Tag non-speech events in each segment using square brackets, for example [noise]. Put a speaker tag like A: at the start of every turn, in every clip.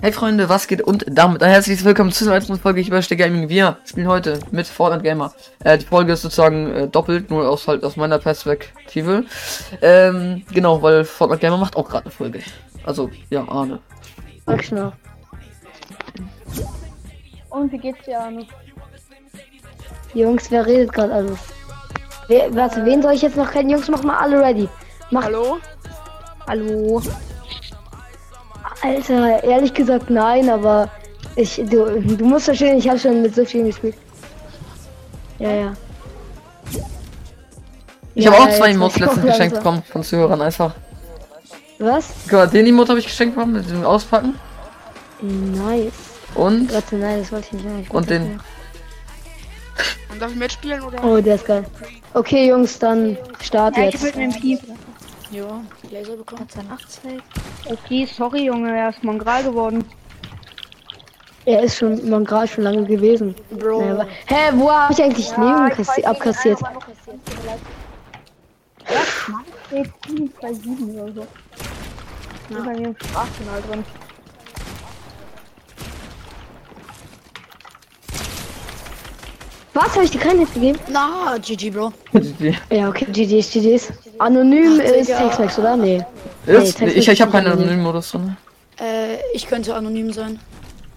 A: Hey Freunde, was geht? Und damit ein herzliches Willkommen zu einer weiteren Folge. Ich überstehe Gaming. Wir spielen heute mit Fortnite Gamer. Äh, die Folge ist sozusagen äh, doppelt, nur aus, halt aus meiner Perspektive. Ähm, genau, weil Fortnite Gamer macht auch gerade eine Folge. Also, ja, Arne.
B: Sag's nur.
C: Und wie geht's dir, Arno?
B: Jungs, wer redet gerade alles? Wer, was, wen soll ich jetzt noch kennen? Jungs, mach mal alle ready. Mach.
D: Hallo?
B: Hallo. Alter, ehrlich gesagt nein, aber ich, du, du musst verstehen, ich habe schon mit so vielen gespielt. Ja, ja.
A: Ich
B: Ja,
A: habe auch zwei
B: jetzt
A: Emotes
B: mach ich
A: letztens
B: doch
A: geschenkt
B: langsam.
A: bekommen von Zuhörern einfach.
B: Was?
A: Genau, den Emote habe ich geschenkt bekommen, mit dem Auspacken.
B: Nice.
A: Und
B: Warte, nein, das wollte ich nicht. Ich
A: Und
B: wollte
A: den-
B: das
D: Und darf ich mitspielen oder?
B: nicht. Oh, der ist geil. Okay, Jungs, dann start
C: Ja, ich hab
B: jetzt.
C: mit einem Pi.
D: Ja, Laser bekommen.
E: 82.
C: Okay, sorry, Junge, er ist Mongral geworden.
B: Er ist schon Mangral schon lange gewesen.
D: Bro.
B: Naja, aber- Hä, wo habe ich eigentlich Leben kassi- abkassiert?
C: Steht 7 bei 7 oder so. Ja. Ist bei mir im Sprachkanal drin.
B: Was habe ich dir keinen Hit gegeben?
D: Na, GG, Ah, Bro.
B: Ja, okay, GG's, GG's. Anonym ist
D: Digga.
B: Tex-Mex, oder? Nee.
A: Ist,
B: Nee,
A: ich ich habe keinen
B: Text-
A: Anonymen-Modus drin.
D: Äh, ich könnte anonym sein.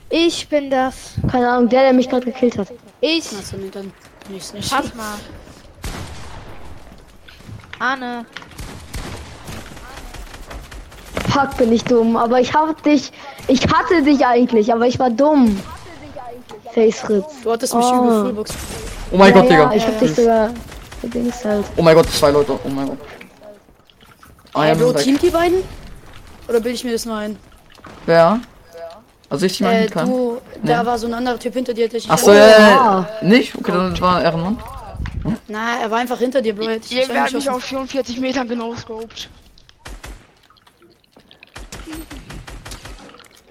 E: Ich bin das.
B: Keine Ahnung, der, der mich gerade gekillt hat.
E: Ich.
D: Also, nee, dann bin ich's nicht.
E: Pass mal. Arne.
B: Fuck, bin ich dumm. Aber ich hab dich. Ich hatte dich eigentlich, aber ich war dumm. Face Fritz.
D: Du hattest mich
B: Oh.
D: übel Fullbox.
A: Oh mein
B: ja,
A: Gott,
B: ja,
A: Digga.
B: Ich hab dich sogar. Dings halt.
A: Oh mein Gott, zwei Leute. Oh mein Gott.
D: Ey,
A: Ein
D: Bro,
A: weg.
D: teamt die beiden? Oder bilde ich mir das nur ein?
A: Wer? Also ich die mal
D: Äh,
A: hin kann.
D: du, da war so ein anderer Typ hinter dir, hätte ich.
A: Ach so,
D: ja.
A: ja, ja,
B: ja.
A: ja. Nicht? Okay, dann war ein Ehrenmann.
D: Na, er war einfach hinter dir, Bro. Hätte ich dich
F: Irgendwer hat mich
D: angeschossen.
F: auf 44 Metern genau scoped.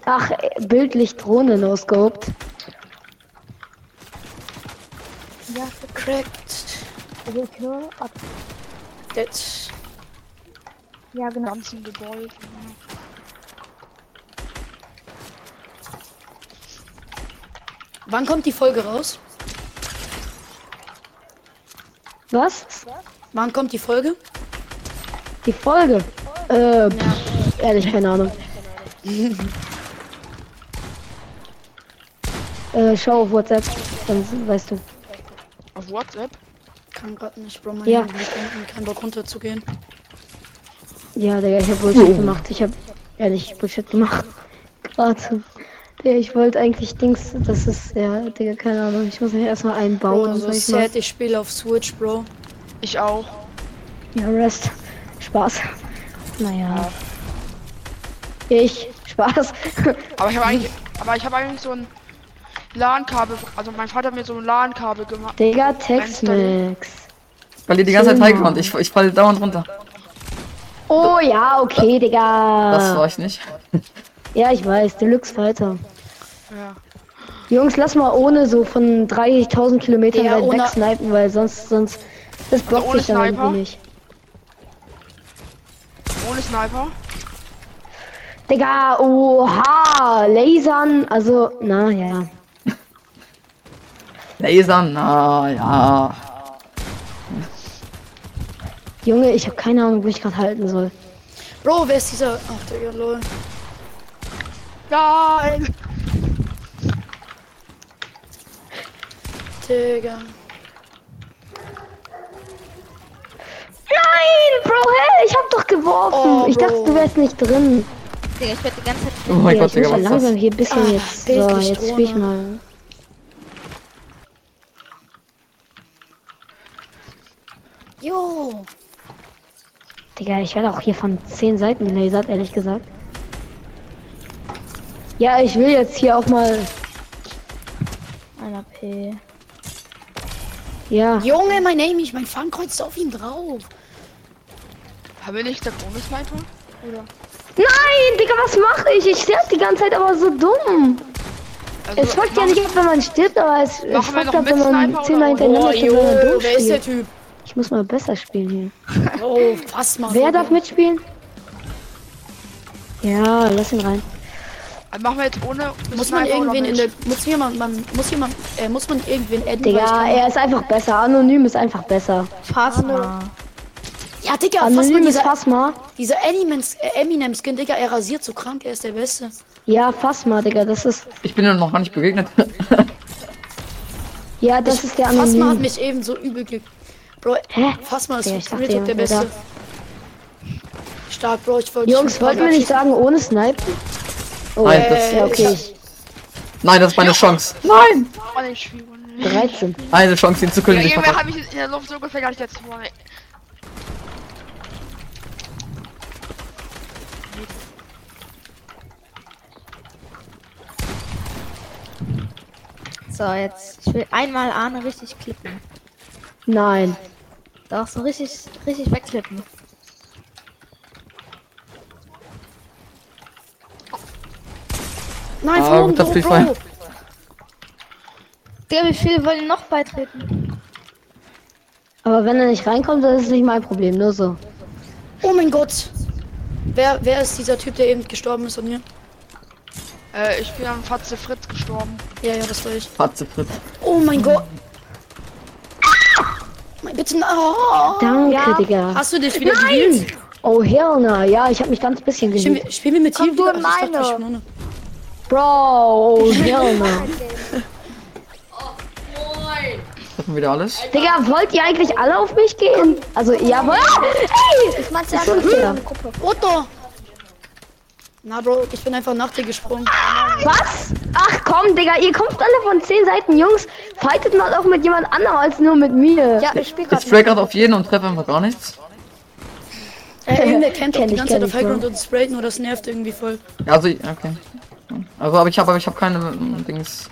B: Ach, äh, bildlich Drohne noscoped.
D: Cracked.
C: Willkür, ab.
D: Dead.
C: Ja, genau.
F: Ganzen Gebäude.
D: Wann kommt die Folge raus?
B: Was?
D: Wann kommt die Folge?
B: Die Folge. Äh, pff, ehrlich,
A: [laughs]
B: keine Ahnung. äh, schau auf WhatsApp, dann weißt du.
F: Auf WhatsApp?
D: Kann grad nicht, Bro. Mein
B: Ja.
D: Handy liegt unten. Kein Bock runterzugehen.
B: Ja, Digga, ich hab Bullshit
A: Oh.
B: gemacht. Ich hab ehrlich Bullshit gemacht. Gerade. Digga, ich wollte eigentlich Dings, das ist, ja, Digga, keine Ahnung. Ich muss mich erstmal einbauen.
D: Bro,
B: und
D: so
B: soll ich mal-
D: sad. Ich spiele auf Switch, Bro.
F: Ich auch.
B: Ja, Rest. Spaß. Naja. Ich, Spaß. [laughs]
F: Aber ich habe eigentlich, aber ich habe eigentlich so ein LAN-Kabel. Also mein Vater hat mir so ein LAN-Kabel gemacht.
B: Digga, Tex-Mex.
A: Weil ihr die ganze Zeit
B: Schön,
A: Teig fand. Ich, ich falle dauernd runter.
B: Oh ja, okay, Digga.
A: Das war ich nicht.
B: Ja, ich weiß, Deluxe Fighter.
F: Ja.
B: Jungs, lass mal ohne so von 30.000 Kilometern
D: Ja,
B: weit
D: ohne-
B: weg snipen, weil sonst, sonst, das blockt
F: ohne
B: sich dann
F: Sniper?
B: irgendwie nicht.
F: Ohne Sniper.
B: Digga, oha, Lasern, also, na ja.
A: Laser, na ja.
B: Junge, ich habe keine Ahnung, wo ich gerade halten soll.
D: Bro, wer ist dieser? Ach, Digga, lol.
F: Nein!
D: Digga.
B: Nein, Bro, hey, ich hab doch geworfen.
D: Oh,
B: ich dachte,
D: Bro.
B: du wärst nicht drin.
E: Digga, ich werde die ganze Zeit.
A: Oh mein
B: ja,
A: Gott,
B: ich muss
A: Digga,
B: mal
A: was ist
B: langsam
A: das?
B: hier ein bisschen
D: Ah,
B: jetzt. So,
D: bildlich
B: jetzt spiel ich
D: Drohne.
B: mal.
D: Jo.
B: Digga, ich werde auch hier von 10 Seiten gelasert, ehrlich gesagt. Ja, ich will jetzt hier auch mal.
E: Ein AP.
B: Ja,
D: Junge, mein Name, ich mein Fangkreuz ist auf ihn drauf.
F: Haben wir nicht gesagt ohne Sniper?
B: Nein, Digga, was mache ich? Ich sterbe die ganze Zeit aber so dumm.
F: Also,
B: Es fuckt ja
F: mach-
B: nicht ab, wenn man stirbt, aber es, es
F: Machen wir
B: fuckt
F: noch
B: ab, wenn
F: mit
B: man
F: Sniper
B: 10
F: oder
B: Mal hintereinander stirbt, wenn man dumm
D: wer ist der
B: spielt.
D: Typ?
B: Ich muss mal besser spielen hier.
D: Oh, fast mal. Hm,
B: Wer darf mitspielen? Ja, lass ihn rein.
F: also Machen wir jetzt ohne.
D: Muss man
F: Sniper oder
D: irgendwen in
F: mit?
D: der. Muss jemand, man, muss jemand, äh, muss man irgendwen adden? weil ich
B: Digga,
D: kann-
B: er ist einfach besser. Anonym ist einfach besser.
E: Fass mal.
D: ja, Digga, fass mal
B: Anonym ist
D: dieser,
B: Phasma.
D: dieser Animans- äh, Eminem-Skin, Digga, er rasiert so krank, er ist der Beste.
B: Ja, Phasma, Digga, das ist.
A: Ich bin ihm noch gar nicht begegnet. [laughs]
B: Ja, das ist der
D: Fasma hat
B: Anonym.
D: mich eben so übel Glück. Bro,
B: Hä?
D: Fasma ist
B: Ja,
D: ja,
B: ich dachte,
D: der
B: jemand
D: Beste.
B: wäre
D: Stark, Bro, ich wollte
B: Jungs, wollt mir nicht sagen, ohne Snipen? Oh,
A: Nein,
B: das
A: das-
B: ja, okay. Ich,
A: Nein, das ist meine Chance. Nein!
F: Oh, den Schwiebel.
B: 13.
A: Eine Chance, ihn zu
F: Ja,
A: killen. ich
F: irgendwer
A: verpasse.
F: habe ich in der Luft so ungefähr gar nicht letztes Mal.
E: So, jetzt. Ich will einmal Arne richtig klippen.
B: Nein.
E: Doch, so richtig, richtig wegklippen.
D: Nein,
A: Ah,
D: von oben,
A: guter
D: Bro,
A: Free
D: Bro.
A: Fire.
E: Digga, wie viele wollen noch beitreten?
B: Aber wenn er nicht reinkommt, dann ist es nicht mein Problem, nur so.
D: Oh mein Gott. Wer, wer ist dieser Typ, der eben gestorben ist und mir?
F: Äh, ich bin an Fatze Fritz gestorben.
D: Ja, ja, das war ich.
A: Fatze Fritz.
D: Oh mein Gott. Ah! Mein- Bitte, oh.
B: Danke, Digga.
D: Hast du dich wieder gehealt?
B: Oh, Hirna. Ja, ich hab mich ganz bisschen geliebt.
D: Spielen wir- Spielen wir mit
E: Komm,
D: Team?
E: du
D: Digga?
E: in
D: Ach, ich dachte,
E: meine.
D: ich bin ohne.
B: Bro, oh, Hirna.
E: [laughs]
A: Treffen wieder alles.
B: Digga, wollt ihr eigentlich alle auf mich gehen? Also, ja, wollt Ey!
E: Ich mach's
B: ja schon wieder.
D: Otto! Na, Bro, ich bin einfach nach dir gesprungen.
B: Was? Ach komm, Digga, ihr kommt alle von 10 Seiten, Jungs. Fightet mal auch mit jemand anderem als nur mit mir.
E: Ja, ich spiel
A: Ich spray gerade auf jeden und treffe einfach gar nichts.
D: Äh, irgendwer kennt doch
B: Kenn
D: die
B: ich,
D: ganze Zeit
B: kenn
D: auf
B: ich, Bro.
D: Highground und sprayt nur, das nervt irgendwie voll.
A: Ja, also, okay. Also, aber ich habe, aber ich habe keine mm, Dings.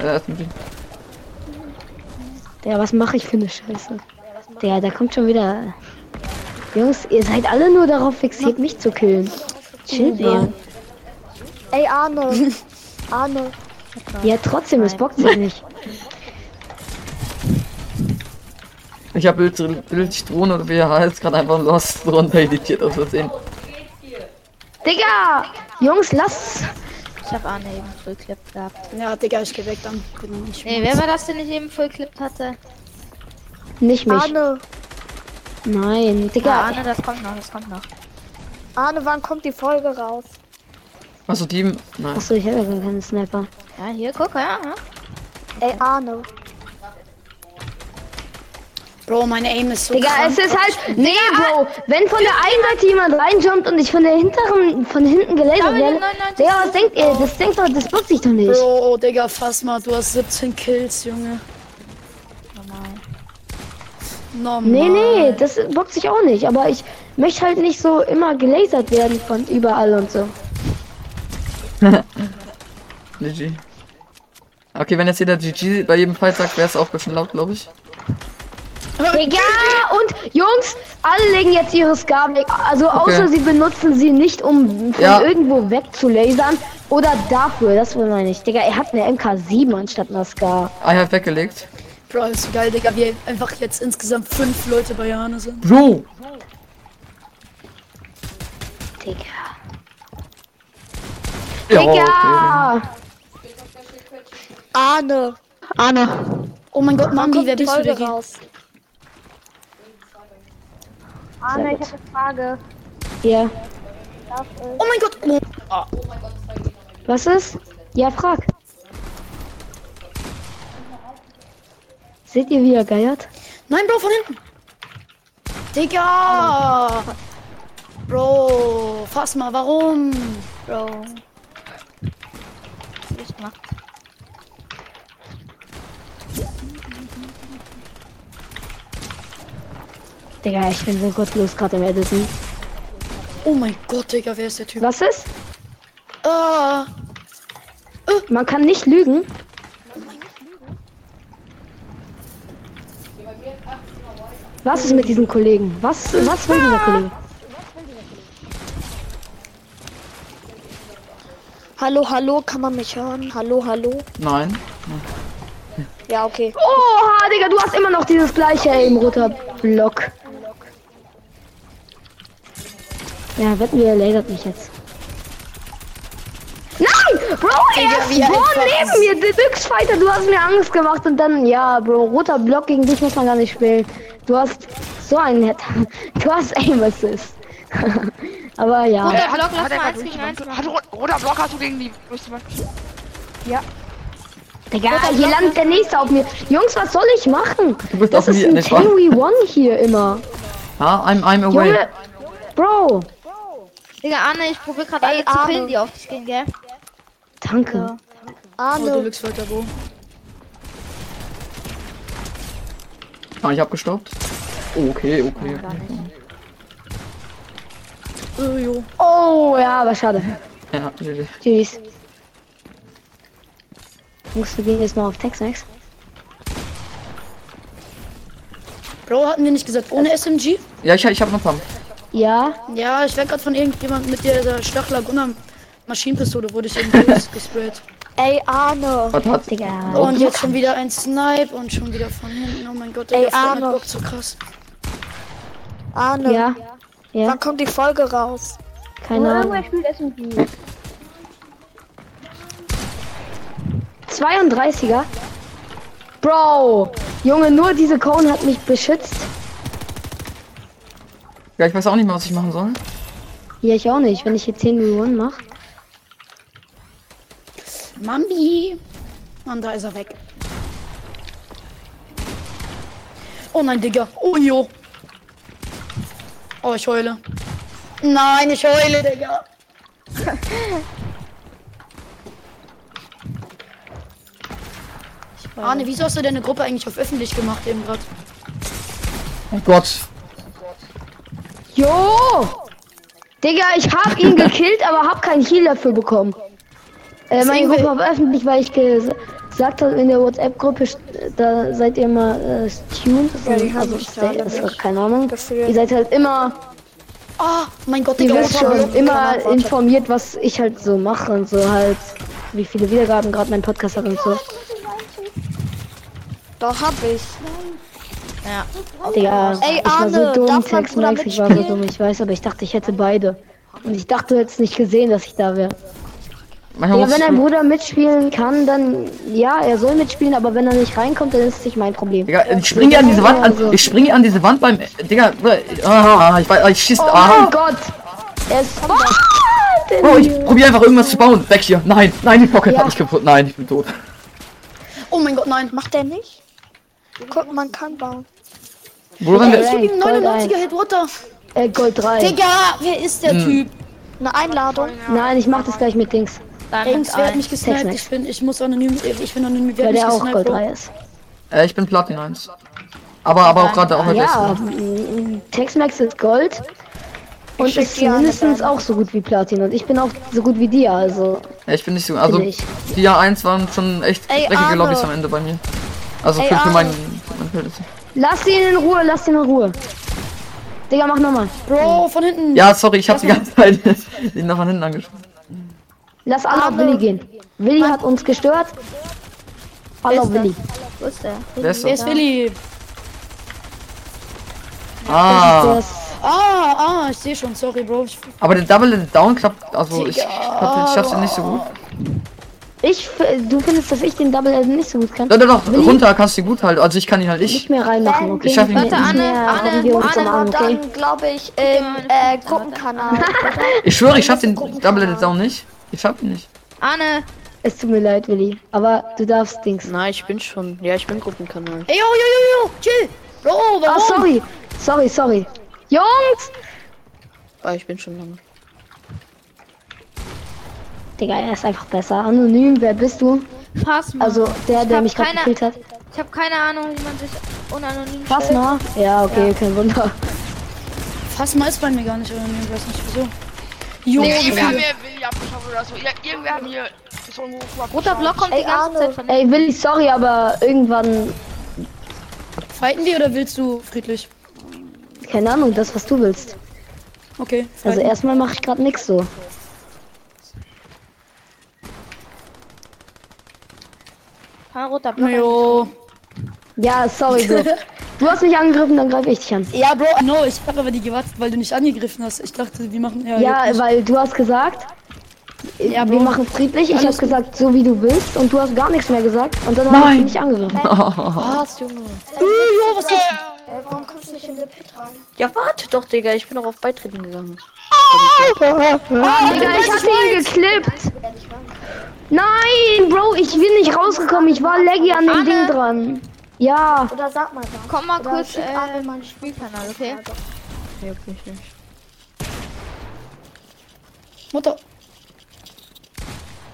A: Äh, öffentlichen.
B: Digga, was mache ich für eine Scheiße? Digga, da kommt schon wieder. Jungs, ihr seid alle nur darauf fixiert, mich zu killen. Chillt ihr.
E: Ey, [laughs] Arne. Arne.
B: Ja, trotzdem, es bockt sich nicht.
A: ich habe Bild, Bildstron oder wie er heißt, gerade einfach los drunter editiert aus Versehen.
B: Digga! Jungs, lasst.
E: Ich hab Arne eben vollklippt gehabt.
D: Ja, Digga, ich geh weg dann. Bin noch nicht
E: Nee, wer war das, den ich eben vollklippt hatte?
B: Nicht mich.
G: Arne,
B: Nein,
E: Ja,
B: Digga.
E: Ah, Arne, das kommt noch, das kommt noch.
G: Arne, wann kommt die Folge raus?
A: Also, die. Nein.
B: Achso, ich habe gar keinen Sniper.
E: Ja, hier, guck, ja. ja.
G: Ey, Arne.
D: Bro, meine Aim ist so
B: Digga,
D: krank.
B: es ist halt. Nee, Bro, wenn von der einen Seite jemand reinjumpt und ich von der hinteren, von hinten gelasert werde. Digga, was denkt ihr? Das denkt doch, das bockt sich doch nicht.
D: Bro, oh, Digga, fass mal, du hast 17 Kills, Junge. Normal.
B: Nee,
D: Normal.
B: nee, das bockt sich auch nicht. Aber ich möchte halt nicht so immer gelasert werden von überall und so.
A: GG. Okay, wenn jetzt jeder GG bei jedem Fight sagt, wäre es auch ein bisschen laut, glaube ich.
B: Digga, und Jungs, alle legen jetzt ihre Scar weg. Also, außer sie benutzen sie nicht, um von
A: Ja.
B: irgendwo wegzulasern. Oder dafür, das will man nicht. Digga, er hat eine MK7 anstatt einer Scar.
A: Ei hat weggelegt.
D: Bro, ist so geil, Digga, wir einfach jetzt insgesamt fünf Leute bei Jane sind.
A: Bro!
B: Digga.
A: Ja, okay.
B: Digga!
G: Arne,
D: Oh mein Gott, Mami, wer
G: kommt die
D: bist du,
G: Folge
D: Digga?
G: raus?
B: Arne, ich habe eine Frage. Ja.
D: Oh mein Gott, oh.
B: Was ist? Ja, frag. Seht ihr, wie er geiert?
D: Nein, Bro, von hinten. Digga. Bro, fass mal, warum?
E: Bro. Was hab ich gemacht?
B: Digga, ich bin so gottlos gerade im Editen.
D: Oh mein Gott, Digga, wer ist der Typ?
B: Was ist?
D: Ah,
B: Man kann nicht lügen. Was ist mit diesem Kollegen? Was, was will dieser Kollege?
G: Hallo, hallo, kann man mich hören? Hallo, hallo.
A: Nein.
G: Ja, okay.
B: Oha, Digga, du hast immer noch dieses gleiche Aim, roter Block. Ja, wetten wir, er lasert mich jetzt. Nein! Bro, erst
D: wie ein
B: Born
D: Fass.
B: neben mir, Deluxe Fighter, du hast mir Angst gemacht und dann, ja, Bro, roter Block gegen dich muss man gar nicht spielen. Du hast so einen Head. [laughs] Du hast Aim Assist. [laughs] Aber ja.
E: Roter
F: Äh, hat-
E: Block, lass
F: hat
E: mal
F: er grad
E: eins gegen
F: durchgemacht?
E: eins
F: Hat Ro- roter Block hast du gegen die durchgemacht?
B: Digga, hier landet der nächste auf mir. Jungs, was soll ich machen?
A: Du bist
B: Das
A: auf
B: ist
A: mir,
B: ein
A: nicht wahr?
B: 10v1 hier immer.
A: Ja, I'm, I'm away.
B: Junge, Bro,
E: Digga, Arne, ich probiere gerade alle zu
G: Arne.
E: killen, die auf dich gehen, gell?
B: danke.
D: Oh, du
G: Arne,
D: Glückswörter, wo?
A: Ah, ich hab gestoppt. Okay, okay.
D: Oh, jo.
B: Oh, ja, aber schade.
A: Ja, GG.
B: Tschüss. Jungs, wir gehen jetzt mal auf Tex-Mex.
D: Bro, hatten wir nicht gesagt, ohne SMG?
A: ja ich, ich hab noch Pump.
B: Ja,
D: Ja, ich werd grad von irgendjemandem mit dieser Stachlaguner Maschinenpistole wurde ich eben [laughs] kurz gesprayt.
G: ey Arne.
A: Was hat?
B: Digga.
A: Oh,
D: Und jetzt schon wieder ein Snipe und schon wieder von hinten. Oh mein Gott, der
G: Ey,
D: Fortnite
G: Arno.
D: bockt so krass.
G: Arne,
B: Ja, ja.
G: wann kommt die Folge raus?
B: keine Ahnung.
C: spielt SMG.
B: 32er. Bro, Junge, nur diese Cone hat mich beschützt.
A: Ja, ich weiß auch nicht mehr, was ich machen soll.
B: Ja, ich auch nicht, wenn ich hier 10 Millionen mache.
D: Mami! Mann, da ist er weg. Oh nein, Digga. Oh jo. Oh, ich heule. Nein, ich heule,
G: [laughs]
D: Digga. Arne, wieso hast du deine Gruppe eigentlich auf öffentlich gemacht eben gerade?
A: Oh Gott.
B: Jo! Digga, ich hab
G: [laughs]
B: ihn gekillt, aber hab keinen Heal dafür bekommen. Äh, meine
D: irgendwie-
B: Gruppe war öffentlich, weil ich ges- gesagt habe, in der WhatsApp-Gruppe, st- da seid ihr immer äh, tuned.
G: Ja, die haben
B: also,
G: mich
B: ste-
G: da
B: ist
G: alle
B: auch keine Ahnung.
G: gefühlt.
B: Ihr seid halt immer,
D: Ah, mein Gott,
B: ihr
D: Digga.
B: wisst
D: was war
B: schon,
D: das?
B: immer informiert, was ich halt so mache und so halt, wie viele Wiedergaben gerade mein Podcast hat und so.
G: Doch, hab ich.
B: Digga,
G: Ey,
B: ich war so
G: Arne,
B: dumm,
G: darf man
B: Tex
G: Bruder
B: Max, ich war so
G: mitspielen?
B: dumm, ich weiß, aber ich dachte, ich hätte beide. Und ich dachte, du hättest nicht gesehen, dass ich da wäre.
A: Manchmal
B: Ja, wenn dein
A: muss
B: Bruder mitspielen kann, dann ja, er soll mitspielen, aber wenn er nicht reinkommt, dann ist es nicht mein Problem.
A: Digga, ich springe an diese Wand an. Ich springe an diese Wand beim. Digga, ah, ich, weiß- ich schieß.
B: Oh
A: Ah.
B: mein Gott! Er ist. Ah,
A: Oh,
B: Danny.
A: ich probiere einfach irgendwas zu bauen. Weg hier. Nein, nein, die Pocket
B: Ja.
A: hat mich kaputt. Nein, ich bin tot.
D: Oh mein Gott, nein.
G: Macht der nicht? Guck, man kann bauen.
A: Bruder, wenn
D: Ich
A: wir.
D: hab ihm
B: Gold
D: 99er Hit, what the?
B: Äh, Gold 3.
D: Digga, wer ist
G: Hm.
D: der Typ?
G: Eine Einladung.
B: Nein, ich mach das gleich mit Dings,
E: Dann
D: Jungs,
E: Jungs,
D: wer hat
E: ein.
D: mich gesniped?
B: Text-Match.
D: Ich bin, ich muss anonym, ich bin anonym.
B: weil
D: Wer hat mich
B: der auch
D: gesniped,
B: Gold
D: Bro?
B: 3 ist.
A: Äh, ich bin Platin 1. Aber, aber auch gerade auch der
B: Ja,
A: Beste.
B: m- Tex-Mex ist Gold. Und
G: schick
B: ist
G: die alle
B: mindestens
G: dann.
B: auch so gut wie Platin. Und ich bin auch so gut wie dir, also.
A: Ja, ich bin nicht so. Also,
B: Bin ich.
A: die Jahr 1 waren schon echt
G: Ey,
A: dreckige
G: Arne.
A: Lobbys am Ende bei mir. Also
G: Ey,
A: für, für
G: Arne.
A: meinen. für mein Verhältnis.
B: Lass ihn in Ruhe, lass ihn in Ruhe. Digga, mach nochmal.
D: Bro, von hinten.
A: Ja, sorry, ich hab die ganze Zeit [laughs] den nach hinten angeschossen.
B: Lass alle auf Willi gehen. Willi hat uns gestört. Alle auf Willi.
E: Wo ist der?
A: Wer ist
D: Wer
A: das?
D: ist Willi?
A: Ah,
B: Der ist
D: Ah, ah, ich sehe schon. Sorry, Bro. Ich,
A: aber der Double Down klappt. Also, ich, ich hab- ich schaff's nicht so gut.
B: Ich, f- du findest, dass ich den Double Elden nicht so gut kann?
A: Doch, doch, doch, runter kannst du gut halt. Also, ich kann ihn halt nicht.
B: Nicht mehr reinmachen, okay?
A: Ich schaff ihn
B: Nicht
A: nicht.
B: mehr-
E: Warte,
B: nicht mehr
E: Anne,
B: haben wir uns am Arm,
G: Arne,
B: okay?
G: dann glaube ich im äh,
B: [laughs]
G: Gruppenkanal.
A: Ich schwöre, ich schaff den Double Down nicht. Ich schaff ihn nicht.
E: Arne,
B: Es tut mir leid, Willi. Aber du darfst Dings.
H: Nein, ich bin schon. Ja, ich bin Gruppenkanal.
D: ey, yo, yo, yo, yo, chill. Bro,
B: Ah,
D: warum?
B: sorry. Sorry, sorry. Jungs!
H: Ah, ich bin schon lange.
B: Digga, er ist einfach besser. Anonym, wer bist du?
E: Phasma.
B: Also, der,
E: Ich
B: der
E: hab
B: mich gerade
E: keine-
B: gekillt hat.
E: Ich habe keine Ahnung, wie man sich unanonym
B: Was, na? Ja, okay, kein Wunder.
D: Fass mal ist bei mir gar nicht. Oder? Ich weiß nicht wieso. Jo,
F: Digga, irgendwer hat
D: Willi.
F: mir Willi abgeschaut oder so. Ir- Irgendwer hat mir so einen Ruf
E: Roter Block kommt
G: Ey,
E: die ganze
G: Arno.
E: Zeit von
B: Ey, Willi, sorry, aber irgendwann...
D: Fighten wir oder willst du friedlich?
B: Keine Ahnung, das, was du willst.
D: Okay.
B: Also,
D: fighten.
B: erstmal mache ich gerade nix so.
E: Ah, roter Block.
D: Jo.
B: Ja, sorry,
D: [laughs]
B: Bro. Du hast mich angegriffen, dann greife ich dich an.
D: Ja, Bro, no, ich habe aber die gewartet, weil du nicht angegriffen hast. Ich dachte, wir machen ja.
B: Ja, weil du hast gesagt,
D: Ja,
B: wir
D: Bro.
B: machen friedlich. Ich habe gesagt, so wie du willst. Und du hast gar nichts mehr gesagt. Und dann habe
A: Nein.
B: ich dich nicht angegriffen.
G: Was, Junge?
D: Ujo, was ist
G: Äh, warum kommst du nicht in den Pit rein?
H: Ja, warte doch, Digga. Ich bin doch auf Beitreten gegangen.
B: Digga, ich hab ihn geklippt. Nein, Bro, ich bin nicht rausgekommen. Ich war laggy an dem Ding dran. Ja,
G: Oder sag mal was.
E: Komm mal
G: Oder
E: kurz
G: schick
E: äh,
G: Arne
E: in
G: mal
E: meinen
G: einen
E: Spielkanal, okay?
H: Juckt mich nicht.
D: Mutter.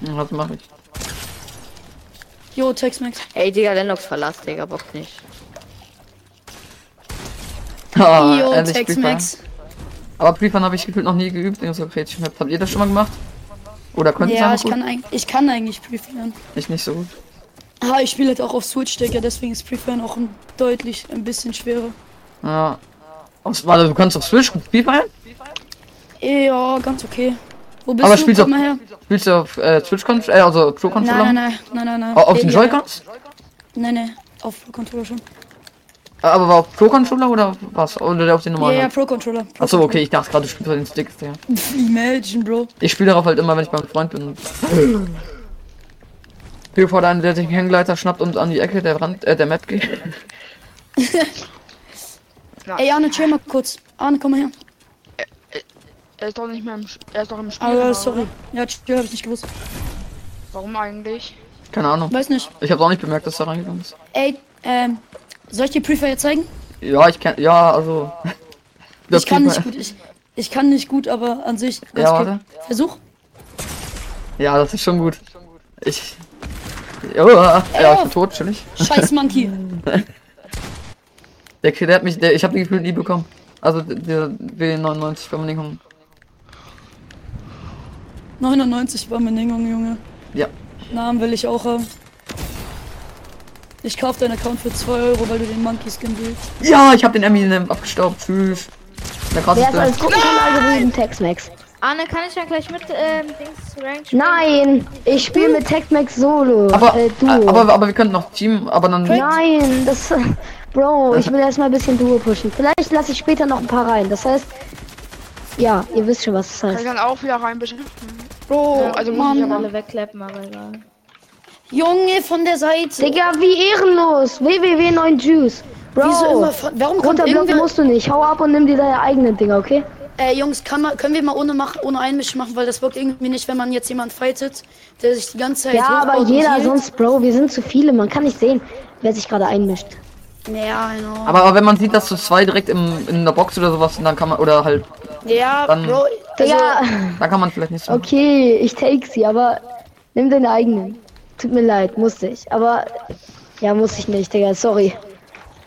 A: Ja, Hm, Was mache ich?
D: Jo, Tex-Mex.
H: Ey, Digga, Lennox verlass, Digga. Bock nicht.
A: Ah,
D: Jo,
A: ehrlich, Briefern.
D: Tex-Mex.
A: Aber Briefern habe ich gefühlt noch nie geübt in so Creative Maps. Habt ihr das schon mal gemacht? Oder könnt ihr
D: Ja,
A: das
D: ich
A: noch gut?
D: kann, eigentlich, ich kann eigentlich Preferren.
A: Ich nicht so gut.
D: Ah, ich spiele halt auch auf Switch, Digga, deswegen ist Preferren auch ein, deutlich ein bisschen schwerer.
A: Ja. Aus, warte, du kannst auf Switch FIFA?
D: Ja, ganz okay. Wo bist
A: Aber
D: du?
A: spielst
D: Komm
A: du-
D: mal her.
A: Spielst du auf äh, Switch Controller, äh, also Pro Controller?
D: Nein, nein, nein, nein, nein.
A: Au- Auf den
D: Digga.
A: Joy-Cons?
D: Nein, nein, auf Pro Controller schon.
A: Äh, Aber war auf Pro Controller oder auf was? Oder auf den
D: Ja,
A: normalen?
D: ja, Pro Controller. Pro
A: Achso, okay, ich dachte gerade, du spielst auf den Sticks, Digga.
D: Imagine, Bro.
A: Ich spiele darauf halt immer, wenn ich beim Freund bin. Hier vor einen, der sich einen Hängleiter schnappt und an die Ecke der Rand, äh, der Map geht.
D: Ey, Arne, chill mal kurz. Arne, komm mal her.
F: Er ist doch nicht mehr im, Sch- er ist doch im Spiel.
D: Ah,
F: oder?
D: sorry. Ja, chill, hab ich nicht gewusst.
F: Warum eigentlich?
A: Keine Ahnung.
D: Weiß nicht.
A: Ich habe auch nicht bemerkt, dass da reingegangen ist.
D: Ey, ähm, soll ich die Prefer jetzt zeigen?
A: Ja, ich kann, ja, also. [laughs] Der
D: ich kann
A: Keeper-
D: nicht gut, ich, ich kann nicht gut, aber an sich. ganz
A: Ja,
D: okay.
A: warte.
D: Versuch.
A: Ja, das ist schon gut. Ich. Ja, ja, ich bin tot, chillig. [laughs]
D: Scheiß Monkey.
A: Der, der hat mich, der, ich habe den Gefühl nie bekommen. Also, der W99 von Ding
D: 99 war mein Ding, Junge.
A: Ja.
D: Namen will ich auch haben. Ich kauf deinen Account für 2 Euro, weil du den Monkey Skin willst.
A: Ja, ich habe den Eminem abgestaubt. Tschüss. Der
B: wer ist als
A: krasseste.
B: Gruppenkanal geblieben? Tex-Max.
E: Arne, kann ich dann gleich mit ähm, Dings Rank spielen?
B: Nein, ich
D: Hm.
B: spiele mit Tex-Max Solo.
A: Aber,
B: äh, Duo.
A: aber, aber wir könnten noch Team, aber dann.
B: Nein, das. [laughs] Bro, ich will erstmal ein bisschen Duo pushen. Vielleicht lasse ich später noch ein paar rein. Das heißt. Ja, ihr wisst schon, was das
F: Kann ich
B: heißt.
F: dann auch wieder rein, bitte?
D: Bro,
F: also muss ich
D: Mann.
F: aber-
E: Alle wegklappen, aber egal.
D: Junge von der Seite.
B: Digga, wie ehrenlos. www9juice. Bro,
D: Wieso immer von, warum kommt
B: runterblocken
D: irgendwer...
B: musst du nicht. Hau ab und nimm dir deine eigenen Dinger, okay?
D: Äh, Jungs, kann man, können wir mal ohne, machen, ohne Einmischung machen, weil das wirkt irgendwie nicht, wenn man jetzt jemand fightet, der sich die ganze Zeit
B: Ja, aber
D: hochbaut und
B: jeder
D: hielt.
B: sonst, Bro, wir sind zu viele. Man kann nicht sehen, wer sich gerade einmischt.
D: Ja, genau.
A: Aber, aber wenn man sieht, dass du zwei direkt im, in der Box oder sowas, dann kann man, oder halt,
D: Ja,
A: Dann-
D: Bro, also,
B: Digga, [laughs]
A: dann kann man vielleicht nicht so.
B: okay, ich take sie, aber nimm deine eigenen. Tut mir leid, musste ich. Aber ja, musste ich nicht, Digga, sorry.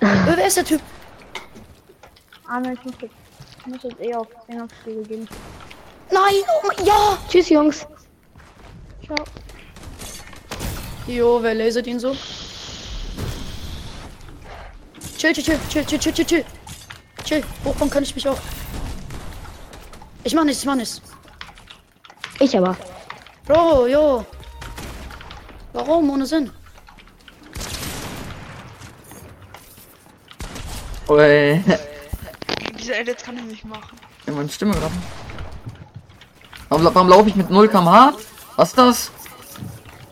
D: äh, wer ist der Typ?
C: Arne, ich muss jetzt, ich muss jetzt eh auf Engerspiegel gehen.
D: Nein, oh mein, ja!
B: Tschüss, Jungs.
D: Jo, wer lasert ihn so? Chill, chill, chill, chill, chill, chill, chill, chill. Chill, hochkommen kann ich mich auch. Ich mach nichts, ich mach nichts.
B: Ich aber.
D: Bro, jo. Warum? Ohne Sinn.
A: Ui, [laughs]
F: Diese Edits kann ich nicht machen.
A: in meine Stimme gerade. Warum, la- warum laufe ich mit 0 km/h? Was ist das?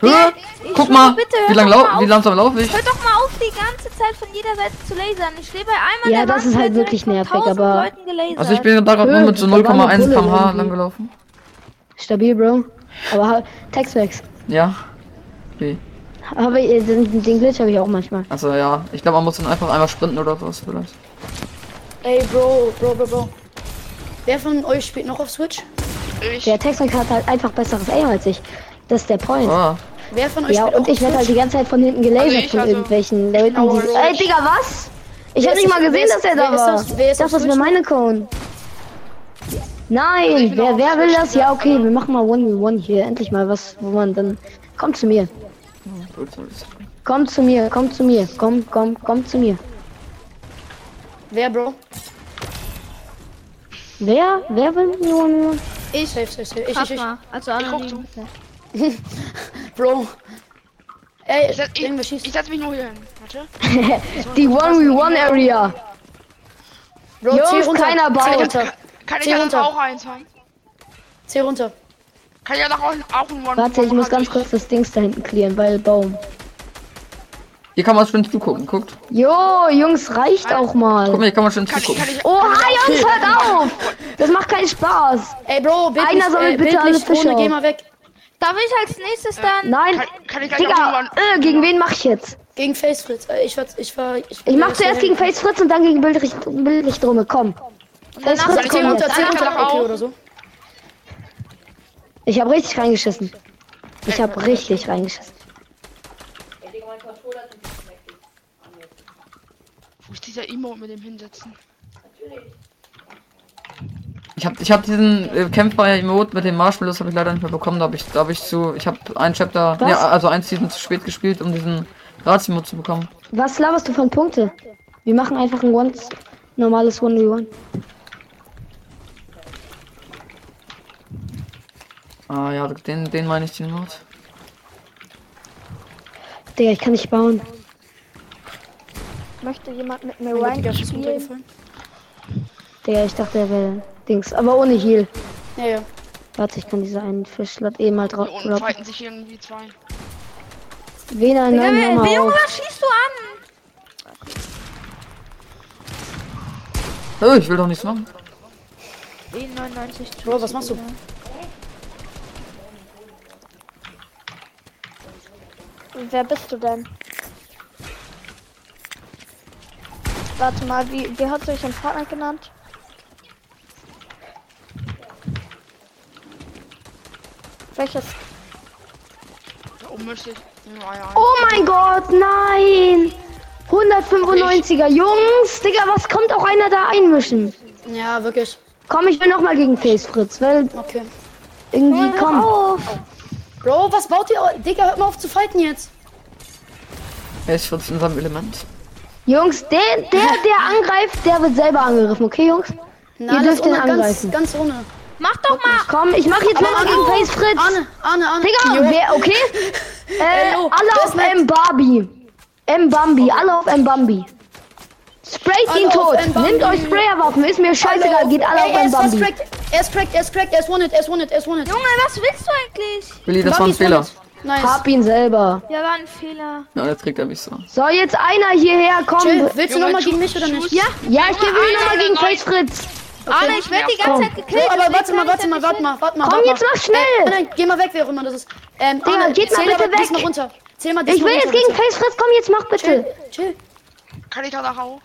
A: Hör, guck
E: schwöre,
A: mal,
E: bitte, hör
A: wie lang
E: doch mal
A: lau wie
E: auf.
A: langsam laufe ich?
E: Hör doch mal auf, die ganze Zeit von jeder Seite zu lasern. Ich stehe bei einmal
B: Ja,
E: der
B: das
E: Wand,
B: ist halt
E: wird direkt
B: wirklich
E: von
B: nervig,
E: 1000
B: aber-
E: Leuten gelasert.
A: Also ich bin da gerade
B: Hör,
A: nur mit so
B: da war
A: 0,1
B: eine Bulle
A: km/h
B: irgendwie.
A: lang gelaufen.
B: Stabil, Bro. Aber ha- Tex-Mex.
A: Ja. Wie?
B: Aber äh, den, den Glitch habe ich auch manchmal.
A: Also ja, ich glaube, man muss dann einfach einmal sprinten oder was vielleicht.
D: Ey, Bro, Bro, Bro, Bro. Wer von euch spielt noch auf Switch?
F: Ich,
B: Der Tex-Mex hat halt einfach besseres Aim als ich. Das ist der Point.
A: Ah,
D: Wer von euch
B: Ja,
D: spielt
B: und
D: auch
B: ich werde
D: auf
B: halt die
D: Switch?
B: ganze Zeit von hinten gelasert
F: Also ich,
B: von
F: also-
B: irgendwelchen Leuten, die.
F: Genau.
B: Ey, Digga, was? Ich
D: Wer
B: habe
D: ist
B: nicht mal gesehen,
D: auf- wer
B: dass er
D: ist-
B: da
D: wer ist
B: war.
D: auf- wer ist
B: Das
D: auf
B: ist mir
D: Twitch?
B: meine Cone.
F: Ich
B: Nein,
F: bin
B: wer,
F: auch
B: wer will
F: Twitch,
B: das? Ja, okay, wir machen mal 1v1 hier. Endlich mal was, wo man dann. Komm zu mir.
A: gut. so ist-
B: Komm zu mir, komm zu mir. Komm, komm, komm zu mir.
D: Wer, Bro?
B: Wer? Wer will 1v1?
D: Ich. Safe, safe, safe. Ich,
E: Pass
D: ich, ich.
E: mal. Also anonym. bitte.
D: Bro. Ey,
F: ich, setz-
D: irgendwer
F: ich,
D: schießt.
F: ich setz mich nur hier hin. Warte.
B: Oh, Die 1v1 Area.
D: Bro,
B: Jungs,
D: zieh runter.
B: keiner
D: Zieh
B: baut.
D: runter.
F: Kann ich
D: Zeh
F: dann
D: runter.
F: auch eins haben?
D: Zieh runter.
F: Kann ja nach außen auch ein One.
B: Warte, ich muss ganz kurz das Dings da hinten klären, weil Baum.
A: Hier kann man schön zugucken. Guckt.
B: Jo, Jungs, reicht auch
A: Guck mal,
B: mal.
A: hier kann man schön
F: Kann ich,
A: zugucken.
F: kann ich.
B: Oh, hi, Jungs, hört auf! Das macht keinen Spaß.
D: Ey, Bro, bildlich,
B: Einer soll
D: äh,
B: bitte alle
D: bildlich
B: Fische
D: ohne, geh
B: auf.
D: mal weg.
E: Darf ich als nächstes dann.
B: Nein,
F: Kann, kann ich gleich auch
B: Digga,
F: nur
B: äh, gegen wen mach ich jetzt?
D: Gegen Facefritz. Äh, ich war, ich war, ich
B: Ich mach zuerst gegen Face Fritz und dann gegen Bildlich, Bildlich Drumme, komm. Face
E: danach
B: Fritz,
E: soll ich
B: komm
E: gegen
B: jetzt.
D: unter 10
F: Danach
D: unter
F: auch.
D: okay, oder so.
B: Ich hab richtig reingeschissen. Ich hab richtig reingeschissen.
F: Wo ist dieser Emote mit dem Hinsetzen?
A: Ich habe ich hab diesen äh, Campfire-Emote mit den Marshmallows habe ich leider nicht mehr bekommen. Da habe ich, da hab ich zu. Ich habe ein Chapter,
B: Was?
A: ja, also ein Season zu spät gespielt, um diesen Rats-Emote zu bekommen.
B: Was laberst du von Punkte? Wir machen einfach ein One normales 1v1.
A: Ah ja, den, den meine ich, den Emote.
B: Digga, ich kann nicht bauen.
G: Möchte jemand mit mir
D: Mein Gott, Digga,
G: Rank
D: ich bin
G: spielen?
D: runtergefallen.
B: Digga, ich dachte, er wäre Dings. Aber ohne Heal.
D: Ja, ja.
B: Warte, ich kann diese einen Fischlot eh mal
F: Hier
B: drauf
F: unten
B: droppen.
F: fighten sich irgendwie zwei.
B: Wena,
E: Digga,
B: nein,
E: wer,
B: hör mal
E: Junge,
B: auf.
E: was schießt du an?
A: Äh, ich will doch nichts machen.
E: E99
D: Bro, was machst du?
G: Wer bist du denn? Warte mal, wie, wie hat sich ein Partner genannt? Welches?
F: Da oben müsste ich. Ja, ja.
B: Oh mein Gott, nein! 195er, Jungs! Digga, was kommt auch einer da einmischen?
D: Ja, wirklich.
B: Komm, ich will nochmal gegen Face Fritz, weil
D: Okay.
B: irgendwie, komm.
D: Bro, was baut ihr? au- Digga, hört mal auf zu fighten jetzt.
A: Er ist jetzt in seinem Element.
B: Jungs, der, der, der angreift, der wird selber angegriffen, okay, Jungs?
D: Na,
B: Ihr
D: das
B: dürft ihn
D: ohne, ganz,
B: angreifen.
D: ganz ohne.
E: Mach doch mal.
B: Komm, ich mach jetzt nochmal gegen Face Fritz.
D: Arne, Arne, Arne. Jo.
B: Digga, wer,
D: [laughs]
B: okay? Äh,
D: Hallo,
B: alle
D: wer
B: auf
D: ist nett?
B: M. Barbie. M. Bambi, alle auf M. Bambi. Sprayt
D: Alle
B: ihn
D: auf
B: tot.
D: M. Bambi.
B: Nehmt euch Sprayerwaffen, ist mir scheißegal, geht alle
D: Ey,
B: auf
D: er
B: M.
D: ist fast
B: Bambi.
D: cracked. Er ist cracked, er ist cracked, er ist wanted, er ist wanted, er ist wanted.
E: Junge, was willst du eigentlich?
A: Willi, das war ein
D: Bambi ist
A: Fehler.
D: wanted. Nice.
B: Hab ihn selber.
E: Ja, war ein Fehler.
A: Ja, jetzt kriegt er mich so.
B: So, jetzt einer hierher, komm.
D: Chill, willst du
F: Junge,
D: nochmal
F: Schu-
D: gegen mich oder nicht?
F: Schuss.
D: Ja.
B: Ja, ich gebe ihn
F: einer
B: nochmal gegen
F: dabei.
B: Face Fritz.
E: Arne, ich werde die ganze Zeit gekillt.
D: Aber warte
E: deswegen
D: mal,
E: kann ich
D: warte mal,
E: das nicht
D: warte mal, warte mal.
B: Komm,
D: warte
B: jetzt
D: mal.
B: mach schnell.
D: Nein, nein, geh mal weg, wer auch immer das ist. Ähm,
B: Digga,
D: Arne,
B: geht mal
D: zähl
B: bitte
D: aber diesmal
B: weg.
D: runter. Zähl mal
B: Ich
D: diesmal
B: will jetzt
D: runter,
B: gegen Face Fritz, komm, jetzt mach bitte.
D: bitte. Chill.
F: Kann ich da nach auch?